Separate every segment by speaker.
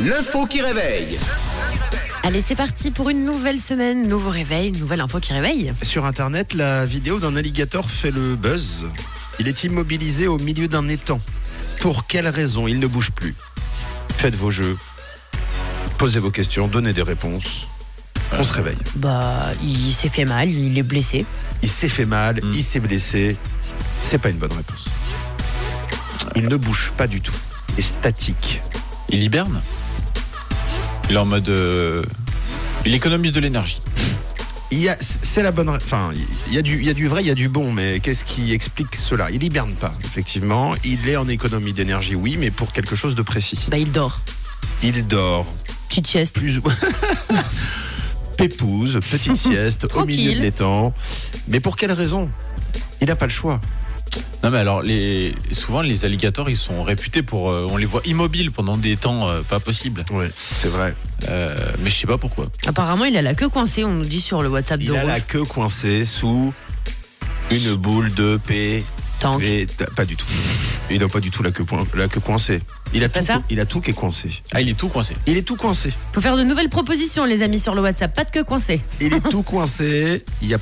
Speaker 1: L'info qui réveille.
Speaker 2: Allez, c'est parti pour une nouvelle semaine, nouveau réveil, nouvelle info qui réveille.
Speaker 3: Sur internet, la vidéo d'un alligator fait le buzz. Il est immobilisé au milieu d'un étang. Pour quelle raison il ne bouge plus Faites vos jeux, posez vos questions, donnez des réponses. On se réveille.
Speaker 2: Bah, il s'est fait mal, il est blessé.
Speaker 3: Il s'est fait mal, il s'est blessé. C'est pas une bonne réponse. Il ne bouge pas du tout. Il est statique.
Speaker 4: Il hiberne Il est en mode. euh, il économise de l'énergie.
Speaker 3: Il y a, c'est la bonne. ré- Enfin, il y a du, il y a du vrai, il y a du bon, mais qu'est-ce qui explique cela Il hiberne pas, effectivement. Il est en économie d'énergie, oui, mais pour quelque chose de précis.
Speaker 2: Bah, il dort.
Speaker 3: Il dort
Speaker 2: Petite sieste.
Speaker 3: plus. Pépouze, petite sieste, au
Speaker 2: Tranquille.
Speaker 3: milieu de l'étang. Mais pour quelle raison Il n'a pas le choix.
Speaker 4: Non, mais alors, les, souvent, les alligators, ils sont réputés pour. euh, on les voit immobiles pendant des temps euh, pas possibles.
Speaker 3: Oui, c'est vrai.
Speaker 4: Euh, mais je sais pas pourquoi.
Speaker 2: Apparemment, il a la queue coincée, on nous dit sur le WhatsApp de
Speaker 3: Il a la
Speaker 2: Rouge.
Speaker 3: queue coincée sous une boule de paix.
Speaker 2: Tank.
Speaker 3: Mais t- pas du tout. Il n'a pas du tout la queue, point- la queue coincée. Il a,
Speaker 2: pas
Speaker 3: tout,
Speaker 2: ça
Speaker 3: il a tout qui est coincé.
Speaker 4: Ah, il est tout coincé.
Speaker 3: Il est tout coincé.
Speaker 2: Faut faire de nouvelles propositions, les amis, sur le WhatsApp. Pas de queue coincée.
Speaker 3: Il est tout coincé, il n'y a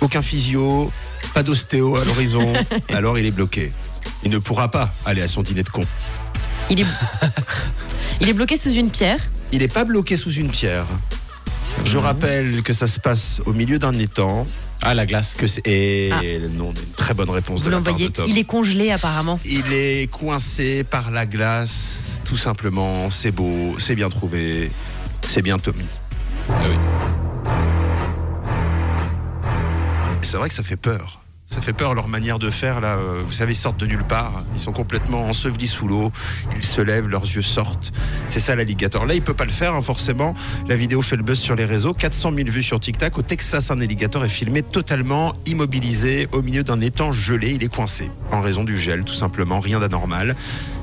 Speaker 3: aucun physio, pas d'ostéo à l'horizon. Alors il est bloqué. Il ne pourra pas aller à son dîner de con.
Speaker 2: Il est, il est bloqué sous une pierre.
Speaker 3: Il n'est pas bloqué sous une pierre. Je
Speaker 2: Mhm.
Speaker 3: rappelle que ça se passe au milieu d'un étang.
Speaker 4: Ah, la glace.
Speaker 3: Que c'est... Et
Speaker 2: Ah.
Speaker 3: non, une très bonne réponse
Speaker 2: Vous
Speaker 3: de la part de
Speaker 2: l'envoyez.
Speaker 3: Tom.
Speaker 2: Il est congelé, apparemment.
Speaker 3: Il est coincé par la glace, tout simplement. C'est beau, c'est bien trouvé, c'est bien Tommy.
Speaker 4: Ah
Speaker 3: C'est vrai que ça fait peur. Ça fait peur leur manière de faire là. euh, Vous savez, ils sortent de nulle part. Ils sont complètement ensevelis sous l'eau. Ils se lèvent, leurs yeux sortent. C'est ça l'alligator. Là, il peut pas le faire hein, forcément. La vidéo fait le buzz sur les réseaux. 400 000 vues sur TikTok. Au Texas, un alligator est filmé totalement immobilisé au milieu d'un étang gelé. Il est coincé en raison du gel, tout simplement. Rien d'anormal.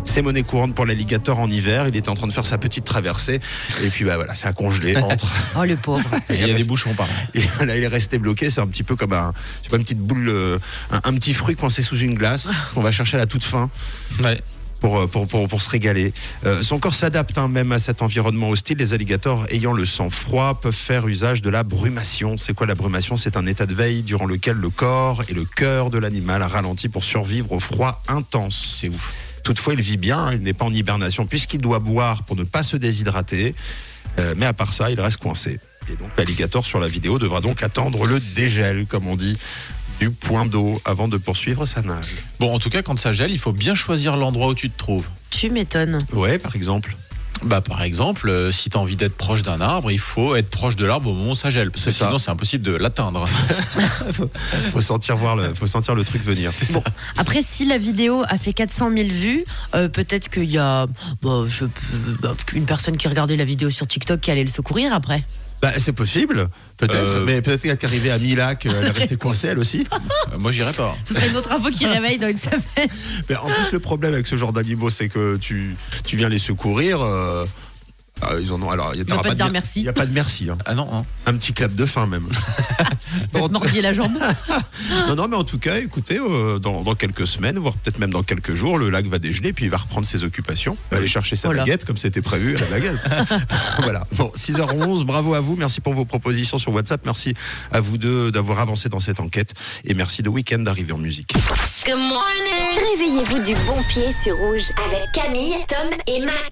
Speaker 3: C'est monnaie courante pour l'alligator en hiver. Il était en train de faire sa petite traversée et puis bah voilà, ça a congelé entre.
Speaker 2: Oh, le pauvre.
Speaker 4: Et il y a
Speaker 3: reste-
Speaker 4: des bouchons par là.
Speaker 3: Et là, il est resté bloqué. C'est un petit peu comme un, je sais pas, une petite boule, euh, un, un petit fruit coincé sous une glace. On va chercher à la toute fin
Speaker 4: Ouais.
Speaker 3: pour, euh, pour, pour, pour se régaler. Euh, son corps s'adapte hein, même à cet environnement hostile. Les alligators ayant le sang froid peuvent faire usage de la brumation. C'est quoi la brumation C'est un état de veille durant lequel le corps et le cœur de l'animal ralentit pour survivre au froid intense.
Speaker 4: C'est ouf.
Speaker 3: Toutefois, il vit bien, hein, il n'est pas en hibernation puisqu'il doit boire pour ne pas se déshydrater. Euh, mais à part ça, il reste coincé. Et donc l'alligator sur la vidéo devra donc attendre le dégel, comme on dit, du point d'eau avant de poursuivre sa nage.
Speaker 4: Bon, en tout cas, quand ça gèle, il faut bien choisir l'endroit où tu te trouves.
Speaker 2: Tu m'étonnes.
Speaker 3: Ouais, par exemple.
Speaker 4: Bah, par exemple, euh, si tu as envie d'être proche d'un arbre, il faut être proche de l'arbre au moment où ça gèle. Parce que
Speaker 3: C'est ça.
Speaker 4: sinon, c'est impossible de l'atteindre.
Speaker 3: Faut sentir voir, le, faut sentir le truc venir.
Speaker 2: Bon, après, si la vidéo a fait 400 000 vues, euh, peut-être qu'il y a bah, je- bah, une personne qui regardait la vidéo sur TikTok qui allait le secourir après.
Speaker 3: Bah, c'est possible, peut-être.
Speaker 4: Euh,
Speaker 3: Mais peut-être qu'elle est arrivée à Milac, euh, elle est restée coincée elle aussi.
Speaker 4: Euh, Moi, j'irai pas.
Speaker 2: Ce serait une autre info qui réveille dans une semaine.
Speaker 3: Mais en plus, le problème avec ce genre d'animaux, c'est que tu, tu viens les secourir. euh, ah, ils en ont. Alors, il n'y
Speaker 2: pas te dire merci.
Speaker 3: a pas de merci. hein.
Speaker 4: Ah non, non.
Speaker 3: Un petit clap de fin même.
Speaker 2: Vous mordiez la jambe.
Speaker 3: Non, non, mais en tout cas, écoutez, euh, dans, dans quelques semaines, voire peut-être même dans quelques jours, le lac va dégeler, puis il va reprendre ses occupations, va aller chercher sa
Speaker 2: Voilà.
Speaker 3: baguette, comme c'était prévu à la bagasse. voilà. Bon, 6h11, bravo à vous, merci pour vos propositions sur WhatsApp, merci à vous deux d'avoir avancé dans cette enquête, et merci de week-end d'arriver en musique.
Speaker 5: Réveillez-vous du bon pied sur rouge avec Camille, Tom et Matt.